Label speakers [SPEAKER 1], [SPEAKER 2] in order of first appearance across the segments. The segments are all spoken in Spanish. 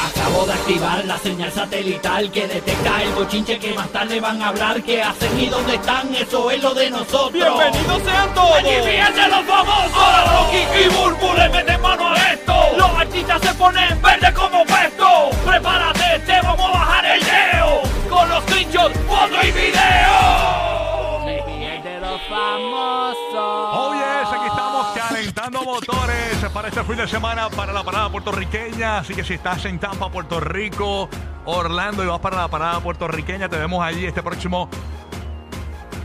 [SPEAKER 1] Acabo de activar la señal satelital que detecta el bochinche que más tarde van a hablar. ¿Qué hacen y dónde están? Eso es lo de nosotros.
[SPEAKER 2] ¡Bienvenidos sean todos!
[SPEAKER 1] ¡Allí vienen los famosos! Ahora Rocky y Burbu le meten mano a esto. Los artistas se ponen verde como puesto. Prepárate, te vamos a bajar el leo. Con los trinchos, foto y video. de los famosos.
[SPEAKER 2] Oh yes, aquí estamos calentando motores para este fin de semana para la parada puertorriqueña. Así que si estás en Tampa, Puerto Rico, Orlando y vas para la parada puertorriqueña, te vemos allí este próximo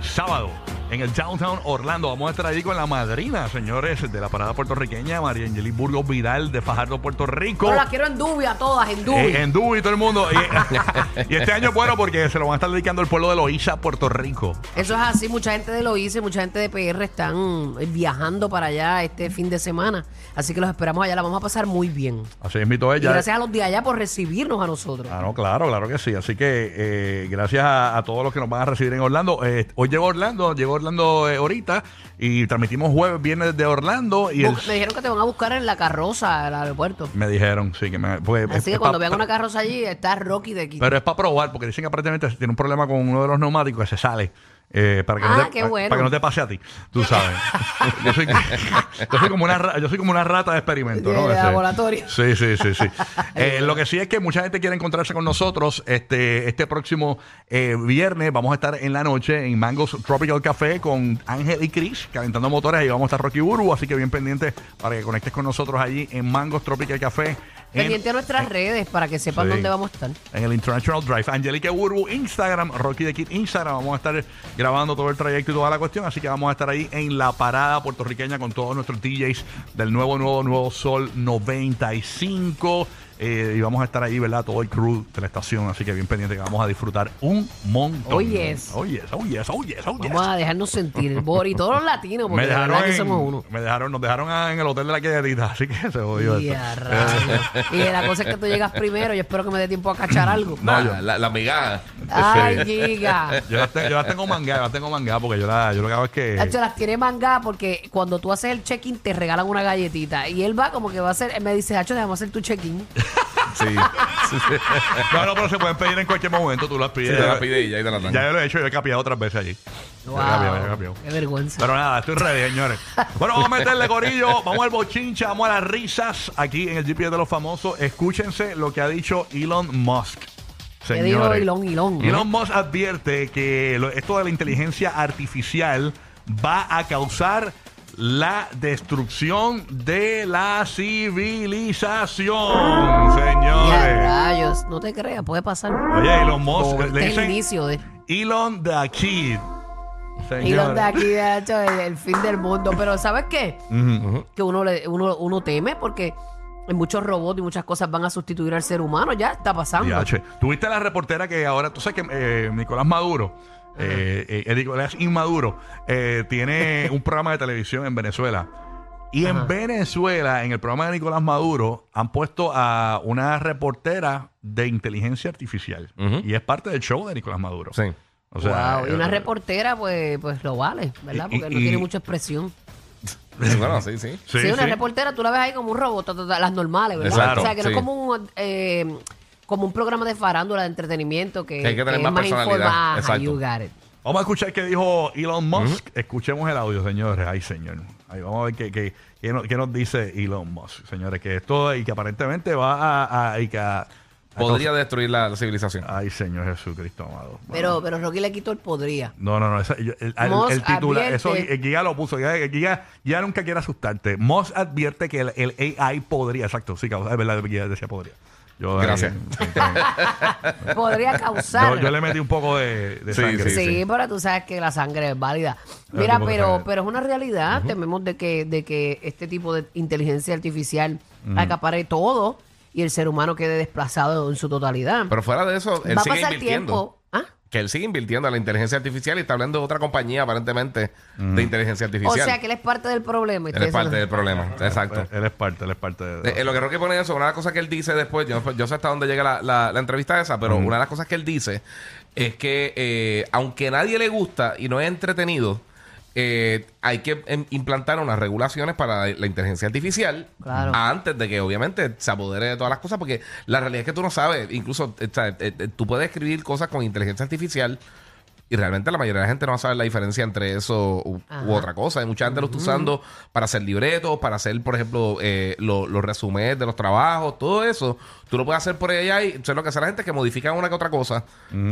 [SPEAKER 2] sábado en el Downtown Orlando. Vamos a estar allí con la madrina, señores, de la parada puertorriqueña, María Angelis Burgos Vidal de Fajardo, Puerto Rico.
[SPEAKER 3] Pero las quiero en dubia todas, en dubia.
[SPEAKER 2] Eh, en Dubi, todo el mundo. Y, y este año es bueno porque se lo van a estar dedicando al pueblo de Loíza, Puerto Rico.
[SPEAKER 3] Eso es así, mucha gente de Loíza y mucha gente de PR están eh, viajando para allá este fin de semana. Así que los esperamos allá, la vamos a pasar muy bien.
[SPEAKER 2] Así invito a
[SPEAKER 3] Y
[SPEAKER 2] ella.
[SPEAKER 3] gracias a los de allá por recibirnos a nosotros.
[SPEAKER 2] Ah, no, claro, claro que sí. Así que eh, gracias a, a todos los que nos van a recibir en Orlando. Eh, hoy llegó Orlando, llegó Orlando eh, ahorita y transmitimos jueves, viernes de Orlando y el-
[SPEAKER 3] Bu- Me dijeron que te van a buscar en la carroza del aeropuerto.
[SPEAKER 2] me dijeron, sí, que me... pues,
[SPEAKER 3] Así
[SPEAKER 2] es
[SPEAKER 3] que cuando
[SPEAKER 2] pa-
[SPEAKER 3] vean una carroza allí, está Rocky de aquí.
[SPEAKER 2] Pero es para probar, porque dicen que aparentemente si tiene un problema con uno de los neumáticos que se sale. eh, para, que no
[SPEAKER 3] Ah,
[SPEAKER 2] te,
[SPEAKER 3] qué
[SPEAKER 2] pa-
[SPEAKER 3] bueno.
[SPEAKER 2] para que no te pase a ti, tú sabes. yo, soy, yo soy como una, ra- yo soy como una rata de experimento, ¿no?
[SPEAKER 3] De
[SPEAKER 2] Ese-
[SPEAKER 3] laboratorio.
[SPEAKER 2] Sí, sí, sí, sí. Eh, lo que sí es que mucha gente quiere encontrarse con nosotros. Este, este próximo eh, viernes vamos a estar en la noche en Mangos Tropical Café con Ángel y Chris, calentando motores. Ahí vamos a estar Rocky Burbu, así que bien pendiente para que conectes con nosotros allí en Mangos Tropical Café. en-
[SPEAKER 3] Pendiente a nuestras redes para que sepan
[SPEAKER 2] eh, Sí.
[SPEAKER 3] dónde vamos a estar.
[SPEAKER 2] en el International Drive. Angelique Burbu, Instagram, Rocky de Kid, Instagram. Vamos a estar grabando todo el trayecto y toda la cuestión. Así que vamos a estar ahí en la parada puertorriqueña con todos nuestros DJs del nuevo, nuevo, nuevo Sol 95. Eh, y vamos a estar ahí, ¿verdad? Todo el crew de la estación. Así que bien pendiente que vamos a disfrutar un montón.
[SPEAKER 3] Oh, yes.
[SPEAKER 2] Oh, yes, oh, yes, oh, yes, oh, yes.
[SPEAKER 3] Vamos a dejarnos sentir, el Bori, todos los latinos,
[SPEAKER 2] Me
[SPEAKER 3] porque la
[SPEAKER 2] dejaron,
[SPEAKER 3] verdad que
[SPEAKER 2] en-
[SPEAKER 3] somos uno.
[SPEAKER 2] me dejaron, nos dejaron ah, en el hotel de la quedadita, así que se jodió.
[SPEAKER 3] Y,
[SPEAKER 2] esto.
[SPEAKER 3] a rayos. y la cosa es que tú llegas primero, yo espero que me dé tiempo a cachar algo.
[SPEAKER 2] No,
[SPEAKER 4] Nah,
[SPEAKER 2] yo-
[SPEAKER 4] la, la migaja.
[SPEAKER 3] Ay,
[SPEAKER 2] Sí.
[SPEAKER 3] giga.
[SPEAKER 2] Yo las, te- yo las tengo mangadas, yo las tengo mangadas porque yo, la, yo lo que hago es que...
[SPEAKER 3] Nacho, las tiene manga porque cuando tú haces el check-in te regalan una galletita. Y él va como que va a hacer, él me dice, Hacho, déjame hacer tu check-in.
[SPEAKER 4] Sí. Sí, sí.
[SPEAKER 2] No, no, pero se pueden pedir en cualquier momento. Tú las pides.
[SPEAKER 4] te la pide y ya ahí te la
[SPEAKER 2] Ya
[SPEAKER 4] dan.
[SPEAKER 2] yo lo he hecho, yo he capiado otras veces allí. Yo he capiado, yo he capiado.
[SPEAKER 3] Wow, qué vergüenza.
[SPEAKER 2] Pero nada, estoy ready, señores. Bueno, vamos a meterle corillo, vamos al bochincha, vamos a las risas aquí en el GPS de los famosos. Escúchense lo que ha dicho Elon Musk.
[SPEAKER 3] ¿Qué
[SPEAKER 2] Señores.
[SPEAKER 3] dijo Elon, Elon?
[SPEAKER 2] Elon Musk advierte que lo- esto de la inteligencia artificial va a causar la destrucción de la civilización,
[SPEAKER 3] Y a
[SPEAKER 2] señores.
[SPEAKER 3] rayos, no te creas, puede pasar.
[SPEAKER 2] eh, Oye, Elon Musk,
[SPEAKER 3] Pobre, este
[SPEAKER 2] le
[SPEAKER 3] es el
[SPEAKER 2] dicen-
[SPEAKER 3] inicio de...
[SPEAKER 2] Elon the Kid. Señor.
[SPEAKER 3] Elon de aquí, de Hacho, el, el fin del mundo. Pero ¿sabes qué? Que uno, le- uno, uno teme porque muchos robots y muchas cosas van a sustituir al ser humano. Ya está pasando.
[SPEAKER 2] DH. Tuviste la reportera que ahora, tú sabes que eh, Nicolás Maduro, eh, eh, eh, Nicolás Inmaduro, eh, tiene un programa de televisión en Venezuela. Y en Venezuela, en el programa de Nicolás Maduro, han puesto a una reportera de inteligencia artificial. Y es parte del show de Nicolás Maduro.
[SPEAKER 4] Sí.
[SPEAKER 2] O sea,
[SPEAKER 3] Wow, Y una
[SPEAKER 2] eh,
[SPEAKER 3] reportera, pues, pues lo vale, ¿verdad?
[SPEAKER 2] Y-
[SPEAKER 3] Porque
[SPEAKER 2] y-
[SPEAKER 3] no
[SPEAKER 2] y-
[SPEAKER 3] tiene mucha expresión.
[SPEAKER 4] Bueno, sí, sí.
[SPEAKER 2] sí,
[SPEAKER 3] sí, una
[SPEAKER 2] sí.
[SPEAKER 3] reportera, tú la ves ahí como un robot, ta, ta, ta, las normales, ¿verdad?
[SPEAKER 2] Claro,
[SPEAKER 3] o sea, que no
[SPEAKER 4] sí.
[SPEAKER 3] es como un, eh, como un programa de farándula, de entretenimiento, que,
[SPEAKER 4] Que hay que tener más
[SPEAKER 3] es más
[SPEAKER 4] personalidad,
[SPEAKER 3] informal. Ajá,
[SPEAKER 4] exacto.
[SPEAKER 3] you got it.
[SPEAKER 2] Vamos a escuchar qué dijo Elon Musk. Escuchemos el audio, señores. Ay, señor. Ahí vamos a ver qué, qué- qué no- qué nos dice Elon Musk, señores, que esto y que aparentemente va a... a- y que a- a
[SPEAKER 4] Podría destruir la, la civilización.
[SPEAKER 2] causar- Ay, Señor Jesucristo, amado.
[SPEAKER 3] Pero, pero Rocky le quitó el podría.
[SPEAKER 2] No, no, no. esa- yo- el, el-
[SPEAKER 3] Moss
[SPEAKER 2] el titular,
[SPEAKER 3] advierte-
[SPEAKER 2] eso eh, Giga lo puso. Giga, Giga ya nunca quiere asustarte. Moss advierte que el, el AI podría, exacto, sí, causa- es verdad, Giga decía podría. Yo, eh,
[SPEAKER 4] Gracias.
[SPEAKER 2] sí, sí.
[SPEAKER 3] Podría
[SPEAKER 2] yo,
[SPEAKER 3] causar.
[SPEAKER 2] yo le metí un poco de, de
[SPEAKER 4] Sí,
[SPEAKER 2] sangre.
[SPEAKER 3] Sí, pero tú sabes que la sangre es válida.
[SPEAKER 2] Claro,
[SPEAKER 3] Mira,
[SPEAKER 2] tipo de
[SPEAKER 3] pero,
[SPEAKER 2] sangre.
[SPEAKER 3] pero es una realidad. Tememos de que, de que este tipo de inteligencia artificial acapare todo y el ser humano quede desplazado en su totalidad.
[SPEAKER 4] Pero fuera de eso, él
[SPEAKER 3] Va a
[SPEAKER 4] sigue
[SPEAKER 3] pasar
[SPEAKER 4] invirtiendo.
[SPEAKER 3] tiempo. ¿Ah?
[SPEAKER 4] Que él sigue invirtiendo en la inteligencia artificial y está hablando de otra compañía aparentemente de inteligencia
[SPEAKER 3] O
[SPEAKER 4] artificial.
[SPEAKER 3] sea, que él es parte del problema. y
[SPEAKER 4] Él es
[SPEAKER 3] ustedes
[SPEAKER 4] parte
[SPEAKER 3] son-
[SPEAKER 4] del problema. Exacto.
[SPEAKER 2] Él es parte, él es parte de.
[SPEAKER 4] Eh, eh, lo que Rocky pone eso, una de las cosas que él dice después, yo, yo sé hasta dónde llega la, la- la entrevista esa, pero una de las cosas que él dice es que eh, aunque a nadie le gusta y no es entretenido, eh, hay que em, implantar unas regulaciones para la inteligencia artificial
[SPEAKER 3] Claro.
[SPEAKER 4] antes de que obviamente se apodere de todas las cosas, porque la realidad es que tú no sabes, incluso eh, sabes, eh, eh, tú puedes escribir cosas con inteligencia artificial. Y realmente la mayoría de la gente no va a saber la diferencia entre eso u, u
[SPEAKER 3] Ajá.
[SPEAKER 4] otra cosa. Hay mucha gente lo está usando para hacer libretos, para hacer, por ejemplo, eh, lo- los resúmenes de los trabajos, todo eso. Tú lo puedes hacer por allá y eso es lo que hace la gente que modifican una que otra cosa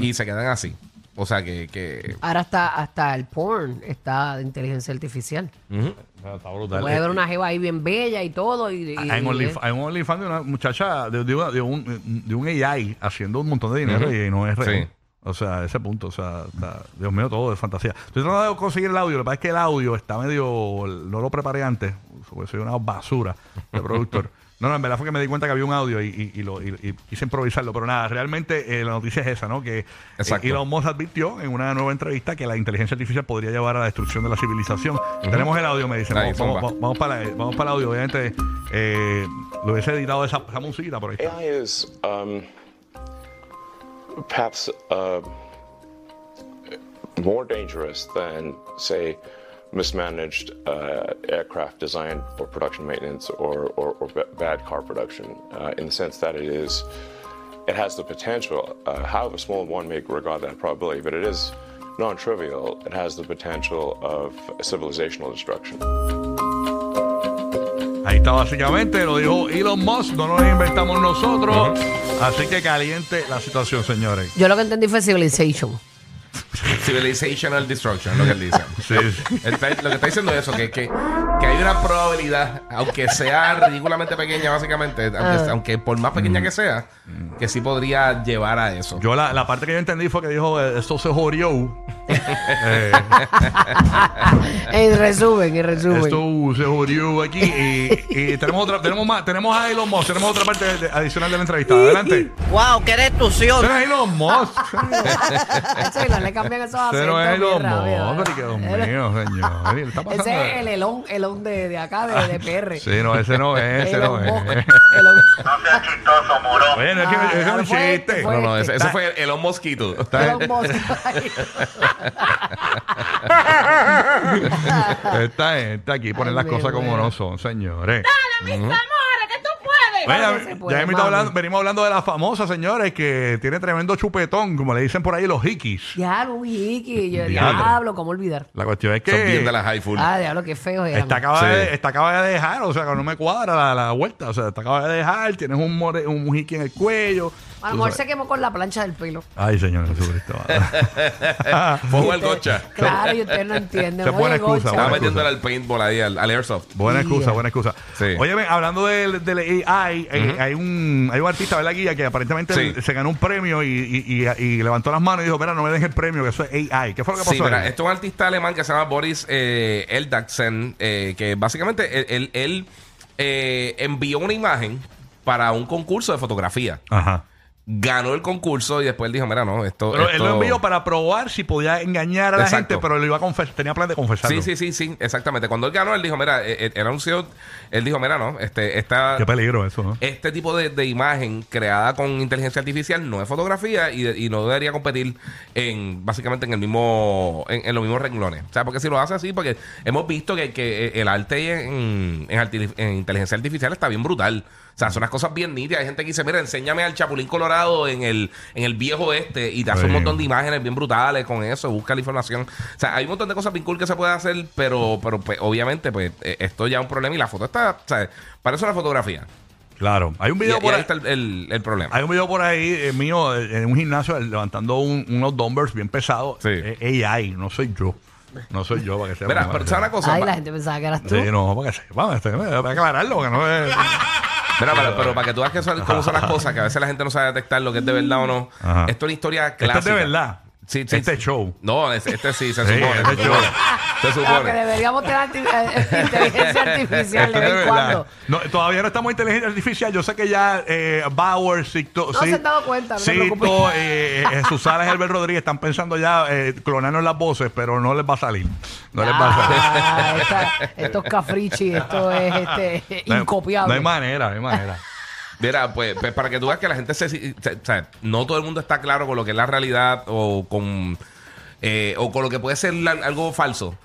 [SPEAKER 4] y se quedan así. O sea que. que
[SPEAKER 3] Ahora hasta, hasta el porn está de inteligencia artificial.
[SPEAKER 4] ujú.
[SPEAKER 2] Está brutal.
[SPEAKER 3] Puede haber una jeva ahí bien bella y todo. Y, y-
[SPEAKER 2] Hay un Ah, OnlyFans hay un OnlyFans de una muchacha, de, de una- de un, de un AI haciendo un montón de dinero
[SPEAKER 4] Ujú.
[SPEAKER 2] y no es real.
[SPEAKER 4] Sí.
[SPEAKER 2] O sea, ese punto, o sea, está- Dios mío, todo de fantasía. Estoy tratando de conseguir el audio, lo que pasa es que el audio está medio, no lo preparé antes, porque soy una basura de productor. No, no, en verdad fue que me di cuenta que había un audio y, y- y lo, y- y quise improvisarlo, pero nada, realmente eh, la noticia es esa, ¿no? Que eh,
[SPEAKER 4] Exacto.
[SPEAKER 2] Elon Musk advirtió en una nueva entrevista que la inteligencia artificial podría llevar a la destrucción de la civilización. Tenemos el audio, me dicen.
[SPEAKER 4] Ahí,
[SPEAKER 2] Vamos, vamos,
[SPEAKER 4] zumba.
[SPEAKER 2] vamos- vamos para, vamos para el audio, obviamente. eh, lo hubiese editado esa, esa musiquita por ahí. está.
[SPEAKER 5] AI is um, perhaps uh, more dangerous than, say, mismanaged uh, aircraft design or production maintenance or, or, or b- bad car production, uh, in the sense that it is, it has the potential, uh, however small one may regard that probability, but it is non-trivial. It has the potential of civilizational destruction.
[SPEAKER 2] Ahí está, básicamente, lo dijo Elon Musk, no lo inventamos nosotros. Así que caliente la situación, señores.
[SPEAKER 3] Yo lo que entendí fue Civilization.
[SPEAKER 4] Civilizational destruction, lo que él dice. Él está- lo que está diciendo es eso, que, que, que hay una probabilidad, aunque sea ridículamente pequeña, básicamente,
[SPEAKER 3] Ah.
[SPEAKER 4] aunque, aunque por más pequeña que sea, que sí podría llevar a eso.
[SPEAKER 2] Yo la, la parte que yo entendí fue que dijo, eh, esto se jodió. Eh,
[SPEAKER 3] En resumen, en resumen.
[SPEAKER 2] esto se jodió aquí. Y, y tenemos otra, tenemos más, tenemos a Elon Musk, tenemos otra parte de- adicional de la entrevista. Adelante.
[SPEAKER 6] ¡Wow! ¡Qué destrucción!
[SPEAKER 2] Será Elon Musk.
[SPEAKER 3] Chacho, y no Ah, le cambian esos
[SPEAKER 2] Pero
[SPEAKER 3] acentos
[SPEAKER 2] es
[SPEAKER 3] bien
[SPEAKER 2] Elon
[SPEAKER 3] rápido,
[SPEAKER 2] Musk,
[SPEAKER 3] ¿verdad?
[SPEAKER 2] pero que Dios mío, señor. Él Está pasando.
[SPEAKER 3] Ese es el elón, elón de, de acá, de, de PR.
[SPEAKER 2] Sí, no, ese no es, ese no
[SPEAKER 3] Elon
[SPEAKER 2] es.
[SPEAKER 3] Musk, Elon-
[SPEAKER 2] Bueno, es
[SPEAKER 3] Ah,
[SPEAKER 2] que es un
[SPEAKER 3] fue
[SPEAKER 2] chiste.
[SPEAKER 3] este,
[SPEAKER 4] No, no,
[SPEAKER 3] Fuerte.
[SPEAKER 4] ese, ese fue el, el mosquito.
[SPEAKER 3] Elon Musk.
[SPEAKER 2] Está, está aquí, poner
[SPEAKER 3] Ay,
[SPEAKER 2] las
[SPEAKER 3] me
[SPEAKER 2] cosas como
[SPEAKER 3] muero.
[SPEAKER 2] no son, señores.
[SPEAKER 7] que tú puedes.
[SPEAKER 2] Oye,
[SPEAKER 3] Claro que se puede,
[SPEAKER 2] ya hemos ido
[SPEAKER 3] mami.
[SPEAKER 2] hablando- venimos hablando de la famosa, señores, que tiene tremendo chupetón, como le dicen por ahí los hikis.
[SPEAKER 3] Ya, un hiki. Yo,
[SPEAKER 2] Diablo.
[SPEAKER 3] diablo, ¿cómo olvidar?
[SPEAKER 2] La cuestión es
[SPEAKER 4] Son bien de
[SPEAKER 2] que
[SPEAKER 4] las high full.
[SPEAKER 3] Ah, diablo, qué feo eran.
[SPEAKER 2] está acaba,
[SPEAKER 4] Sí.
[SPEAKER 2] de, está acaba de dejar, o sea, que no me cuadra la, la vuelta, o sea, está acaba de dejar, tienes un, more- un hiki en el cuello.
[SPEAKER 3] A lo
[SPEAKER 2] tú
[SPEAKER 3] mejor
[SPEAKER 2] sabes.
[SPEAKER 3] se quemó con la plancha del pelo.
[SPEAKER 2] Ay, señor Jesucristo.
[SPEAKER 4] Fuego al gocha.
[SPEAKER 3] Eh, Claro, y usted no entiende.
[SPEAKER 2] Se
[SPEAKER 3] Oye,
[SPEAKER 2] pone excusa,
[SPEAKER 3] Gocha.
[SPEAKER 2] buena
[SPEAKER 4] Estaba metiéndole al paintball ahí, al, al airsoft.
[SPEAKER 2] Buena excusa, buena excusa.
[SPEAKER 4] Sí.
[SPEAKER 2] Oye, ven, hablando del, del AI, eh, hay, un, hay un artista, ¿verdad, Guía? Que aparentemente
[SPEAKER 4] Sí.
[SPEAKER 2] se ganó un premio y, y- y- y levantó las manos y dijo, mira, no me dejes el premio, que eso es AI. ¿Qué fue lo que
[SPEAKER 4] Sí,
[SPEAKER 2] pasó?
[SPEAKER 4] mira,
[SPEAKER 2] ahí?
[SPEAKER 4] esto es un artista alemán que se llama Boris eh, Eldaxen, eh, que básicamente él, él- él, eh, envió una imagen para un concurso de fotografía.
[SPEAKER 2] Ajá.
[SPEAKER 4] Ganó el concurso y después él dijo, mira, no, esto...
[SPEAKER 2] Pero él
[SPEAKER 4] esto-
[SPEAKER 2] lo envió para probar si podía engañar a la
[SPEAKER 4] Exacto.
[SPEAKER 2] gente, pero lo iba a confesar, tenía plan de confesarlo.
[SPEAKER 4] Sí, sí, sí, sí, exactamente. Cuando él ganó, él dijo, mira, eh, eh, él anunció, él dijo, mira, no, este, esta,
[SPEAKER 2] Qué peligro eso, ¿no?
[SPEAKER 4] este tipo de, de imagen creada con inteligencia artificial no es fotografía y, y no debería competir en básicamente en el mismo en, en los mismos renglones. O sea, porque si lo hace así, porque hemos visto que, que el arte en, en arti- en inteligencia artificial está bien brutal. sea, son unas cosas bien nítidas. Hay gente que dice, mira, enséñame al Chapulín Colorado en el, en el viejo este y te hace un
[SPEAKER 2] Sí.
[SPEAKER 4] montón de imágenes bien brutales con eso, busca la información. O sea, hay un montón de cosas bien cool que se puede hacer, pero, pero pues, obviamente, pues eh, esto ya es un problema y la foto está, o sea, parece una fotografía.
[SPEAKER 2] Claro. Hay un
[SPEAKER 4] Y,
[SPEAKER 2] video
[SPEAKER 4] y
[SPEAKER 2] por
[SPEAKER 4] ahí
[SPEAKER 2] ahí.
[SPEAKER 4] está el, el- el problema.
[SPEAKER 2] Hay un video por ahí eh, mío eh, en un gimnasio eh, levantando un- unos dumbbells bien pesados.
[SPEAKER 4] Sí.
[SPEAKER 2] Eh, AI, no soy yo. No soy yo para que sea.
[SPEAKER 4] Mira, pero ¿sabes una cosa?
[SPEAKER 3] Ay,
[SPEAKER 4] Va-
[SPEAKER 3] la gente pensaba que eras tú.
[SPEAKER 2] Sí, no, para que sepa. este, Para aclararlo, que no es.
[SPEAKER 4] Mira, pero, pero para que tú veas que son- cómo son las cosas, que a veces la gente no sabe detectar lo que es de verdad o no.
[SPEAKER 2] Ajá.
[SPEAKER 4] Esto es una historia
[SPEAKER 2] Esto
[SPEAKER 4] clásica.
[SPEAKER 2] es de verdad.
[SPEAKER 4] Sí, sí,
[SPEAKER 2] este
[SPEAKER 4] sí.
[SPEAKER 2] show.
[SPEAKER 4] No, es- este sí, se
[SPEAKER 2] Sí,
[SPEAKER 4] supone.
[SPEAKER 2] este
[SPEAKER 4] se
[SPEAKER 2] show.
[SPEAKER 4] supone. Se
[SPEAKER 3] Claro, Ah, que
[SPEAKER 4] supone.
[SPEAKER 3] deberíamos tener arti- eh, inteligencia artificial de
[SPEAKER 2] Esto Este es de
[SPEAKER 3] vez en
[SPEAKER 2] verdad.
[SPEAKER 3] cuando.
[SPEAKER 2] No, todavía no estamos en inteligencia artificial. Yo sé que ya eh, Bauer, Cito,
[SPEAKER 3] No se han dado cuenta, no se
[SPEAKER 2] Cito,
[SPEAKER 3] preocupen.
[SPEAKER 2] eh, eh, Susana y Herbert Rodríguez están pensando ya eh, clonarnos las voces, pero no les va a salir. No les va a salir.
[SPEAKER 3] Ah, esta- estos cafrichi, esto es este,
[SPEAKER 2] No hay-
[SPEAKER 3] incopiable.
[SPEAKER 2] No hay manera, no hay manera.
[SPEAKER 4] Mira, pues, pues para que tú veas que la gente se, se- se- se- no todo el mundo está claro con lo que es la realidad o con eh, o con lo que puede ser la- algo falso.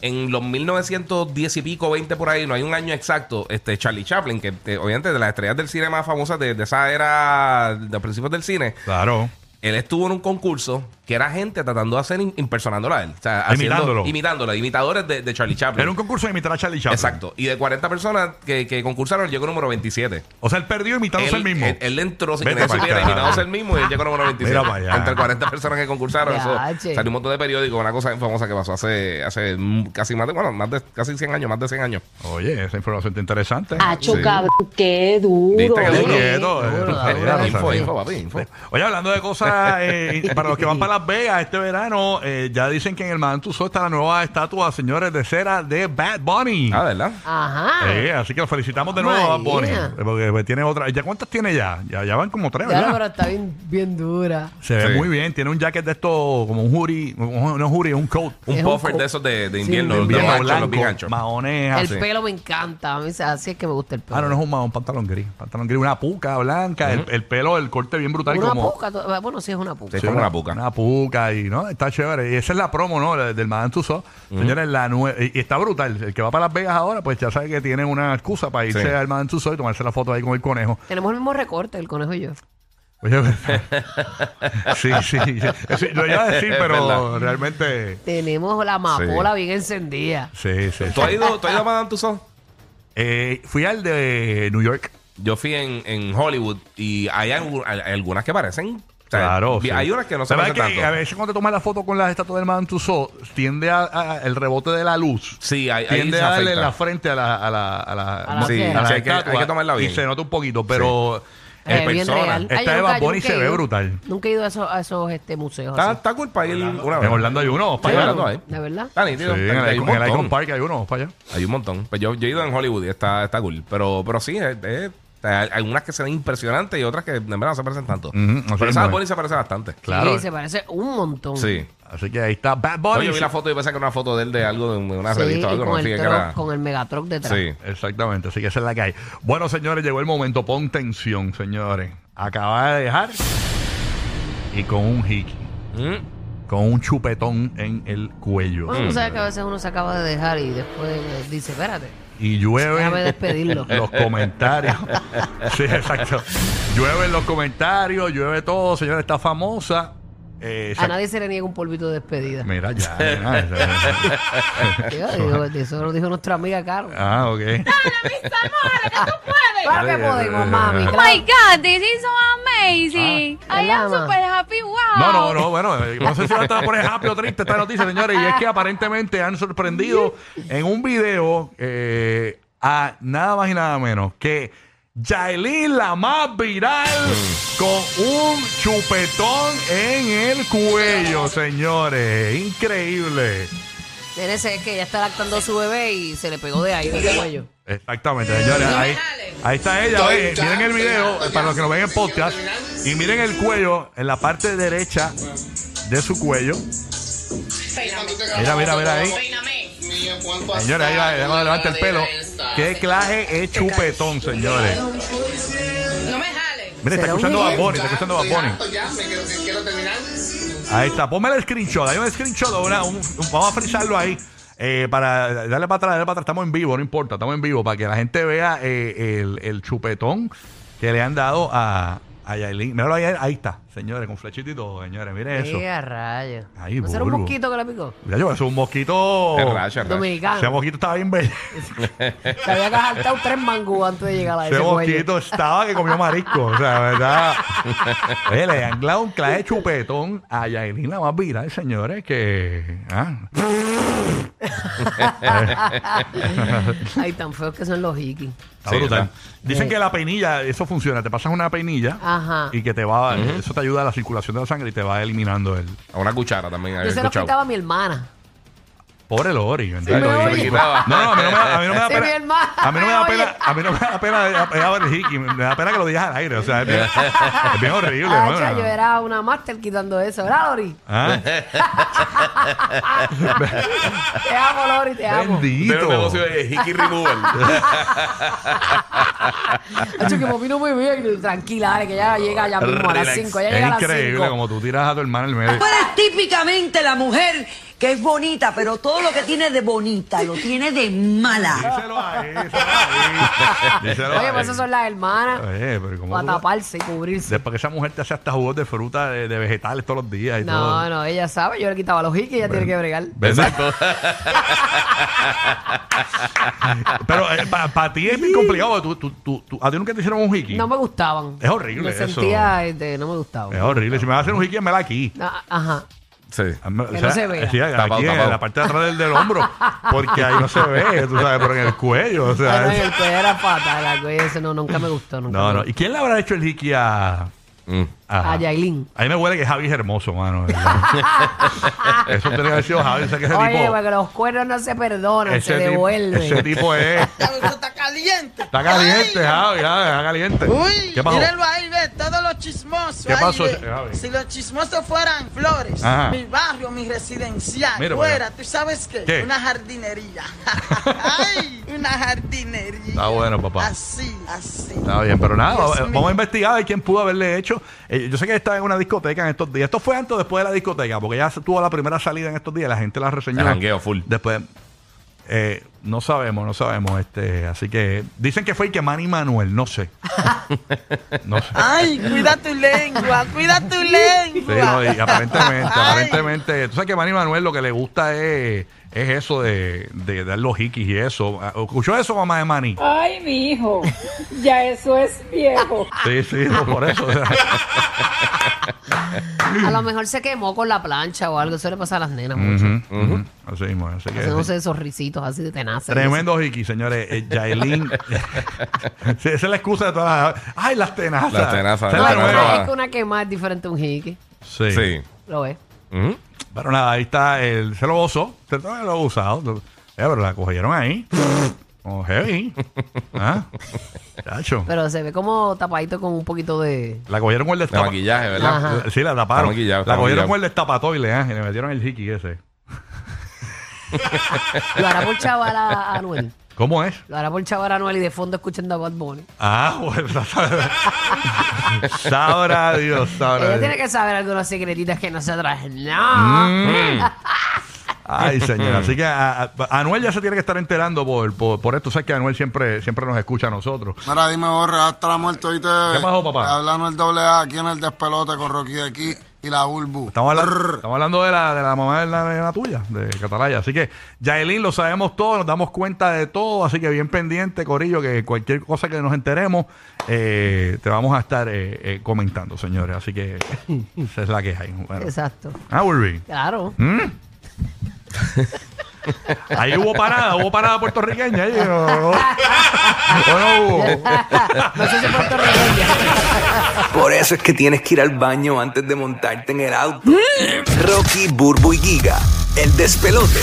[SPEAKER 4] En los 1910 y pico, 20 por ahí, no hay un año exacto, este Charlie Chaplin, que eh, obviamente de las estrellas del cine más famosas de, de esa era, de los principios del cine,
[SPEAKER 2] Claro.
[SPEAKER 4] él estuvo en un concurso que era gente tratando de hacer in- impersonándola a él. O sea,
[SPEAKER 2] Imitándolo.
[SPEAKER 4] Imitándolo, imitadores de, de Charlie Chaplin.
[SPEAKER 2] Era un concurso de imitar a Charlie Chaplin.
[SPEAKER 4] Exacto. Y de 40 personas que, que concursaron, llegó número 27.
[SPEAKER 2] O sea, él perdió imitándose el mismo.
[SPEAKER 4] Él, él entró sin
[SPEAKER 2] Vete
[SPEAKER 4] que nadie
[SPEAKER 2] pa'l
[SPEAKER 4] supiera,
[SPEAKER 2] carajo.
[SPEAKER 4] imitándose el mismo y él llegó número 27.
[SPEAKER 2] Mira pa' allá.
[SPEAKER 4] Entre 40 personas que concursaron, eso
[SPEAKER 3] Ya, che.
[SPEAKER 4] salió un montón de periódicos, una cosa bien famosa que pasó hace, hace mm, casi más de, bueno, más de casi 100 años, más de 100 años.
[SPEAKER 2] Oye, esa información está interesante.
[SPEAKER 6] Hacho,
[SPEAKER 4] Sí.
[SPEAKER 6] cabrón, qué duro.
[SPEAKER 4] ¿Viste que
[SPEAKER 2] Qué
[SPEAKER 4] duro?
[SPEAKER 2] quieto, eh,
[SPEAKER 3] Duro,
[SPEAKER 2] esa
[SPEAKER 3] duro,
[SPEAKER 2] era,
[SPEAKER 3] duro.
[SPEAKER 2] esa
[SPEAKER 4] Info,
[SPEAKER 2] era.
[SPEAKER 4] info, papi, info.
[SPEAKER 2] Oye, hablando de cosas, eh, para los que van para Las Vegas este verano, eh, ya dicen que en el Mantuso está la nueva estatua, señores, de cera de Bad Bunny.
[SPEAKER 4] Ah, ¿verdad?
[SPEAKER 3] Ajá.
[SPEAKER 2] Eh, así que lo felicitamos de nuevo a Bad Bunny.
[SPEAKER 3] María.
[SPEAKER 2] eh, Porque pues, tiene otra. ¿Ya cuántas tiene ya? Ya, ya van como tres,
[SPEAKER 3] Ya no,
[SPEAKER 2] ¿verdad?
[SPEAKER 3] pero está bien, bien dura.
[SPEAKER 2] Se ve
[SPEAKER 4] Sí.
[SPEAKER 2] muy bien. Tiene un jacket de esto, como un hoodie. un- No hoodie, un coat.
[SPEAKER 4] Un
[SPEAKER 3] Es un
[SPEAKER 4] puffer
[SPEAKER 3] co-
[SPEAKER 4] de esos de, de
[SPEAKER 3] Sí,
[SPEAKER 4] invierno,
[SPEAKER 3] de
[SPEAKER 4] los
[SPEAKER 3] invierno,
[SPEAKER 4] bien anchos, los bien anchos.
[SPEAKER 2] mahones,
[SPEAKER 3] el
[SPEAKER 2] así.
[SPEAKER 3] pelo me encanta. A mí se- así es que me gusta el pelo.
[SPEAKER 2] Ah, no, no es un mahón, pantalón gris. Pantalón gris, una puca blanca, el, el pelo, el corte bien brutal.
[SPEAKER 3] una
[SPEAKER 2] como,
[SPEAKER 3] puca. to- ah, Bueno, sí es una puca.
[SPEAKER 4] Sí, como una puca.
[SPEAKER 2] Una puca y no, está chévere. Y esa es la promo, ¿no? La- Del Madame Tussauds. Señores, la nue- y, y está brutal. El que va para Las Vegas ahora, pues ya sabe que tiene una excusa para irse
[SPEAKER 4] Sí.
[SPEAKER 2] al Madame Tussauds y tomarse la foto ahí con el conejo.
[SPEAKER 3] Tenemos el mismo recorte, el conejo y yo.
[SPEAKER 2] Oye, sí, sí, sí. Eso Lo iba a decir,
[SPEAKER 4] Es
[SPEAKER 2] pero
[SPEAKER 4] verdad.
[SPEAKER 2] realmente.
[SPEAKER 3] Tenemos la amapola bien encendida.
[SPEAKER 2] Sí, sí. sí.
[SPEAKER 4] ¿Tú has ido, tú has ido a Madame Tussauds?
[SPEAKER 2] Eh, fui al de New York.
[SPEAKER 4] Yo fui en, en Hollywood y hay, algu- hay algunas que parecen. o sea,
[SPEAKER 2] Claro.
[SPEAKER 4] vi-
[SPEAKER 2] sí.
[SPEAKER 4] Hay unas que no se
[SPEAKER 2] La
[SPEAKER 4] parecen
[SPEAKER 2] verdad que
[SPEAKER 4] tanto.
[SPEAKER 2] A veces cuando te tomas la foto con las estatuas del Madame Tussauds, tiende a, a- el rebote de la luz.
[SPEAKER 4] Sí, ahí, ahí
[SPEAKER 2] tiende
[SPEAKER 4] se
[SPEAKER 2] a darle en
[SPEAKER 4] afecta.
[SPEAKER 2] la frente a la a la a la,
[SPEAKER 3] A la
[SPEAKER 4] Sí,
[SPEAKER 3] que-
[SPEAKER 2] a la
[SPEAKER 4] sí, hay, que, hay
[SPEAKER 2] estatua
[SPEAKER 4] que tomarla bien.
[SPEAKER 2] y se nota un poquito pero
[SPEAKER 4] En
[SPEAKER 3] Eh, bien
[SPEAKER 4] persona.
[SPEAKER 3] real. Ay,
[SPEAKER 2] Esta
[SPEAKER 3] yo
[SPEAKER 2] de
[SPEAKER 3] nunca-
[SPEAKER 2] Bad Bunny
[SPEAKER 3] nunca
[SPEAKER 2] se
[SPEAKER 3] he
[SPEAKER 2] ve
[SPEAKER 3] ido.
[SPEAKER 2] brutal.
[SPEAKER 3] Nunca he ido a esos, a esos este, museos.
[SPEAKER 4] Está,
[SPEAKER 3] así.
[SPEAKER 4] está cool para ir una vez.
[SPEAKER 2] en Orlando hay uno
[SPEAKER 4] Sí,
[SPEAKER 2] para allá
[SPEAKER 4] Orlando hay.
[SPEAKER 3] ¿De verdad?
[SPEAKER 4] Está
[SPEAKER 2] Sí,
[SPEAKER 4] nítido.
[SPEAKER 2] en
[SPEAKER 4] Hay-
[SPEAKER 2] el,
[SPEAKER 4] hay, un
[SPEAKER 2] Icon- en el Icon
[SPEAKER 4] montón.
[SPEAKER 2] Park hay uno para allá
[SPEAKER 4] Hay un montón. Pues yo, yo he ido en Hollywood y está, está cool. Pero, pero sí, es- es- hay algunas que se ven impresionantes y otras que de verdad no se parecen tanto.
[SPEAKER 2] Ujú, así
[SPEAKER 4] pero esa
[SPEAKER 2] mismo
[SPEAKER 4] Bad Bunny
[SPEAKER 2] es.
[SPEAKER 4] se parece bastante.
[SPEAKER 2] claro.
[SPEAKER 3] Sí, se parece un montón.
[SPEAKER 4] Sí.
[SPEAKER 2] así que ahí está Bad
[SPEAKER 4] No,
[SPEAKER 2] Bunny
[SPEAKER 4] yo vi la foto y pensé que era una foto de él de algo, de una
[SPEAKER 3] Sí, y
[SPEAKER 4] revista o algo. No
[SPEAKER 3] con,
[SPEAKER 4] sé
[SPEAKER 3] el
[SPEAKER 4] qué
[SPEAKER 3] truck,
[SPEAKER 4] era.
[SPEAKER 3] con el megatruck detrás.
[SPEAKER 4] Sí.
[SPEAKER 2] exactamente así que esa es la que hay bueno señores llegó el momento pon tensión señores acaba de dejar y con un hickey
[SPEAKER 4] Mm.
[SPEAKER 2] con un chupetón en el cuello
[SPEAKER 3] Bueno, tú sabes que a veces uno se acaba de dejar y después eh, dice, espérate.
[SPEAKER 2] y llueve
[SPEAKER 3] Déjame despedirlo.
[SPEAKER 2] los comentarios. sí, exacto. Llueve en los comentarios, llueve todo, señora, está famosa. Eh,
[SPEAKER 3] A
[SPEAKER 2] sac-
[SPEAKER 3] nadie se le niega un polvito de despedida.
[SPEAKER 2] Mira ya. nena.
[SPEAKER 3] Yo digo, eso lo dijo nuestra amiga Carol.
[SPEAKER 2] ah, ok.
[SPEAKER 3] Claro que podemos, mami.
[SPEAKER 6] Oh
[SPEAKER 3] claro.
[SPEAKER 6] my God, this is so amazing.
[SPEAKER 3] Ah,
[SPEAKER 6] I am
[SPEAKER 3] Lama.
[SPEAKER 6] super happy, wow.
[SPEAKER 2] No, no, no, bueno, eh, no sé si va a estar por happy o triste esta noticia, señores, y es que aparentemente han sorprendido en un video eh, a nada más y nada menos que Yailin, la más viral, con un chupetón en el cuello, señores. Increíble.
[SPEAKER 3] Nene, ese es que ella está lactando a su bebé y se le pegó de ahí del cuello.
[SPEAKER 2] Exactamente, señores. Ahí, ahí está ella. ve, miren el video eh, para los que lo ven en podcast. Y miren el cuello, en la parte derecha de su cuello. Mira, mira, mira ahí. Señores, ahí va, ahí va, levanta el pelo. Qué claje es chupetón, señores.
[SPEAKER 7] No me jales.
[SPEAKER 2] Mira, está
[SPEAKER 3] ¿Será un
[SPEAKER 2] escuchando a
[SPEAKER 3] video?
[SPEAKER 2] Bonnie, está escuchando a Bonnie. Ahí está, ponme el screenshot, hay un screenshot, una- un- un- vamos a frisarlo ahí. eh, para darle para atrás, darle para atrás, estamos en vivo, no importa, estamos en vivo, para que la gente vea eh, el, el chupetón que le han dado a, a Yailin. Míralo ahí, ahí está, señores, con flechitito, señores, mire eso.
[SPEAKER 3] ¡Qué rayo!
[SPEAKER 2] Ay,
[SPEAKER 3] ¿No será un
[SPEAKER 2] burbu.
[SPEAKER 3] mosquito que la picó?
[SPEAKER 2] Ya yo, eso es un mosquito.
[SPEAKER 4] Es racha, es racha.
[SPEAKER 2] Ese
[SPEAKER 3] Dominicano.
[SPEAKER 2] mosquito estaba bien bello.
[SPEAKER 3] Se había cajaltado tres mangú antes de llegar a ese
[SPEAKER 2] Ese
[SPEAKER 3] cuello.
[SPEAKER 2] mosquito estaba que comió marisco. O sea, la verdad. Oye, le han dado un clase de chupetón a Yailin la más viral, señores, que. ah.
[SPEAKER 3] Ay, tan feos que son los hikis.
[SPEAKER 2] Está
[SPEAKER 4] Sí,
[SPEAKER 2] brutal.
[SPEAKER 4] está.
[SPEAKER 2] Dicen
[SPEAKER 3] Sí.
[SPEAKER 2] que la peinilla, eso funciona. Te pasas una peinilla
[SPEAKER 3] Ajá.
[SPEAKER 2] y que te va, eso te ayuda a la circulación de la sangre y te va eliminando el.
[SPEAKER 4] A una cuchara también. había
[SPEAKER 3] Yo se los
[SPEAKER 4] escuchado.
[SPEAKER 3] quitaba a mi hermana.
[SPEAKER 2] Pobre Lori.
[SPEAKER 3] me
[SPEAKER 2] bendito.
[SPEAKER 3] oye.
[SPEAKER 2] Y- No, no, a mí no me, a mí no me da
[SPEAKER 3] Sí,
[SPEAKER 2] pena.
[SPEAKER 3] mi hermana,
[SPEAKER 2] A mí no me da
[SPEAKER 3] me oye.
[SPEAKER 2] pena. A mí no me da pena. eh, Me da pena, Ricky, me da pena que lo digas al aire. O sea, es bien, es bien horrible.
[SPEAKER 3] Ah,
[SPEAKER 2] ¿no?
[SPEAKER 3] cha, yo era una máster quitando eso. ¿Verdad, Lori?
[SPEAKER 2] Ah,
[SPEAKER 3] Te amo, Lori, te amo.
[SPEAKER 4] Pero el
[SPEAKER 2] Bendito.
[SPEAKER 4] negocio de Hickey Removal.
[SPEAKER 3] Hacho, que papi no me ve. Tranquila, dale, que ya llega ya mismo a las
[SPEAKER 4] Relax.
[SPEAKER 3] 5. Ya llega
[SPEAKER 2] Es
[SPEAKER 3] a las
[SPEAKER 2] increíble
[SPEAKER 3] 5.
[SPEAKER 2] como tú tiras a tu hermana en el medio.
[SPEAKER 8] típicamente la mujer que es bonita, pero todo lo que tiene de bonita lo tiene de mala.
[SPEAKER 2] Díselo ahí, díselo ahí. Díselo
[SPEAKER 3] Oye,
[SPEAKER 2] ahí.
[SPEAKER 3] pues esas son las hermanas.
[SPEAKER 2] Oye, pero ¿cómo
[SPEAKER 3] Para
[SPEAKER 2] tú-
[SPEAKER 3] taparse y cubrirse.
[SPEAKER 2] Después que esa mujer te hace hasta jugos de fruta, de, de vegetales todos los días y todo.
[SPEAKER 3] No, no, ella sabe. Yo le quitaba los hikis, ella tiene que bregar.
[SPEAKER 4] Exacto.
[SPEAKER 2] Pero para ti es bien complicado. porque Tú, tú, tú, tú- a ti nunca te hicieron un hiki.
[SPEAKER 3] No me gustaban.
[SPEAKER 2] Es horrible
[SPEAKER 3] Me
[SPEAKER 2] eso.
[SPEAKER 3] sentía, este, no me gustaba.
[SPEAKER 2] Es horrible. Si me vas a hacer un hiki, me la aquí.
[SPEAKER 3] Ah, Ajá.
[SPEAKER 4] Sí.
[SPEAKER 2] O
[SPEAKER 3] Que no se vea.
[SPEAKER 2] sí, aquí
[SPEAKER 4] Tapado,
[SPEAKER 2] en
[SPEAKER 4] tapado.
[SPEAKER 2] la parte de atrás del, del hombro. Porque ahí no se ve, tú sabes, pero en el cuello. O
[SPEAKER 3] Ay,
[SPEAKER 2] sea,
[SPEAKER 3] no, en
[SPEAKER 2] es-
[SPEAKER 3] el cuello era fatal. algo y eso no, nunca me gustó. Nunca
[SPEAKER 2] no,
[SPEAKER 3] me
[SPEAKER 2] no.
[SPEAKER 3] gustó.
[SPEAKER 2] ¿Y quién le habrá hecho el hiki a.?
[SPEAKER 4] Mm.
[SPEAKER 3] A Yailin.
[SPEAKER 2] A mí me huele que Javi es hermoso, mano. Eso tiene que haber sido Javi. O sea, que ese
[SPEAKER 3] Oye,
[SPEAKER 2] tipo.
[SPEAKER 3] porque los cuernos no se perdonan, se
[SPEAKER 2] tipo-
[SPEAKER 3] devuelven.
[SPEAKER 2] ese tipo es.
[SPEAKER 7] Eso está caliente.
[SPEAKER 2] Está caliente,
[SPEAKER 7] Ay.
[SPEAKER 2] Javi, Javi, está caliente.
[SPEAKER 7] Uy,
[SPEAKER 2] ¿Qué pasó?
[SPEAKER 7] mírenlo ahí, ve, todos los chismosos.
[SPEAKER 2] ¿Qué
[SPEAKER 7] ahí,
[SPEAKER 2] pasó,
[SPEAKER 7] ve.
[SPEAKER 2] Javi?
[SPEAKER 7] Si los chismosos fueran flores,
[SPEAKER 2] Ajá.
[SPEAKER 7] mi barrio, mi residencial,
[SPEAKER 2] Mira para
[SPEAKER 7] fuera, ¿tú sabes qué?
[SPEAKER 2] ¿Qué?
[SPEAKER 7] Una jardinería. Ay, una jardinería.
[SPEAKER 2] Está bueno, papá.
[SPEAKER 7] Así, así.
[SPEAKER 2] Está bien, pero nada,
[SPEAKER 7] Dios
[SPEAKER 2] eh,
[SPEAKER 7] mío.
[SPEAKER 2] vamos a investigar a ver quién pudo haberle hecho. Eh, yo sé que estaba en una discoteca en estos días. Esto fue antes o después de la discoteca, porque ya se tuvo la primera salida en estos días. La gente la reseñó.
[SPEAKER 4] El jangueo full.
[SPEAKER 2] Después, eh, no sabemos, no sabemos. este Así que dicen que fue y que Manny Manuel, no sé. no sé.
[SPEAKER 7] Ay, cuida tu lengua, cuida tu
[SPEAKER 2] Sí, no,
[SPEAKER 7] lengua.
[SPEAKER 2] y aparentemente,
[SPEAKER 7] Ay.
[SPEAKER 2] aparentemente. Tú sabes que Manny Manuel lo que le gusta es, es eso de, de dar los hikis y eso. ¿Escuchó eso, mamá de Manny?
[SPEAKER 7] Ah.
[SPEAKER 8] Ay, mi hijo, ya eso es viejo.
[SPEAKER 2] Sí, sí, no, por eso. o sea.
[SPEAKER 3] A lo mejor se quemó con la plancha o algo. Eso le pasa a las nenas mucho.
[SPEAKER 2] Ujú, ujú. Así mismo, así que-
[SPEAKER 3] Haciéndose esos risitos así de tenaces.
[SPEAKER 2] Tremendo hiki, señores. Eh, Yailin. Sí, esa es la excusa de todas las. ¡Ay, las tenazas!
[SPEAKER 4] Las tenazas,
[SPEAKER 2] Esa es
[SPEAKER 3] No,
[SPEAKER 2] la
[SPEAKER 3] es que
[SPEAKER 4] tenazas.
[SPEAKER 2] nueva.
[SPEAKER 3] una- es que una quemada es diferente a un jique.
[SPEAKER 2] Sí.
[SPEAKER 4] Sí.
[SPEAKER 3] Lo ves.
[SPEAKER 4] Ujú.
[SPEAKER 2] Pero nada, ahí está. El, se lo gozó. Se lo lo ha usado. Eh, pero la cogieron ahí. Como heavy. ¿Ah? Chacho.
[SPEAKER 3] Pero se ve como tapadito con un poquito de.
[SPEAKER 2] La cogieron con el
[SPEAKER 4] De
[SPEAKER 2] destapa.
[SPEAKER 4] maquillaje, ¿verdad?
[SPEAKER 3] Ajá.
[SPEAKER 2] Sí, la taparon.
[SPEAKER 4] Está maquillado, está
[SPEAKER 2] la cogieron
[SPEAKER 4] maquillado.
[SPEAKER 2] con el destapatoile, ¿eh? Y le metieron el hiki ese.
[SPEAKER 3] Lo hará por chaval a a Anuel.
[SPEAKER 2] ¿Cómo es?
[SPEAKER 3] Lo hará por chaval a Anuel y de fondo escuchando a Bad Bunny.
[SPEAKER 2] Ah, bueno. sabrá Dios, sabrá
[SPEAKER 3] Ella
[SPEAKER 2] Dios.
[SPEAKER 3] tiene que saber algunas secretitas que nosotras
[SPEAKER 2] Mm.
[SPEAKER 3] no.
[SPEAKER 2] Ay, señor. Así que a- a- a- Anuel ya se tiene que estar enterando por, por, por esto. Sabes que Anuel siempre, siempre nos escucha a nosotros.
[SPEAKER 9] Mira, dime, borra, hasta la muerte, ¿oíste?
[SPEAKER 2] ¿Qué pasó, papá?
[SPEAKER 9] Hablando el doble A aquí en el despelote con Rocky de aquí y la Urbu.
[SPEAKER 2] Estamos hablando, estamos hablando de, la, de la mamá de la, de la tuya, de Catalaya. Así que, Yaelin, lo sabemos todo, nos damos cuenta de todo. Así que bien pendiente, Corillo, que cualquier cosa que nos enteremos, eh, te vamos a estar eh, eh, comentando, señores. Así que esa es la que hay. Bueno.
[SPEAKER 3] Exacto.
[SPEAKER 2] Ah, Urbi.
[SPEAKER 3] Claro.
[SPEAKER 2] Ahí hubo parada, hubo parada puertorriqueña. ahí, ¿o no? ¿O no hubo?
[SPEAKER 3] No sé si puertorriqueña.
[SPEAKER 10] Por eso es que tienes que ir al
[SPEAKER 7] Mm.
[SPEAKER 10] baño antes de montarte en el auto. Rocky, Burbu y Giga, el despelote.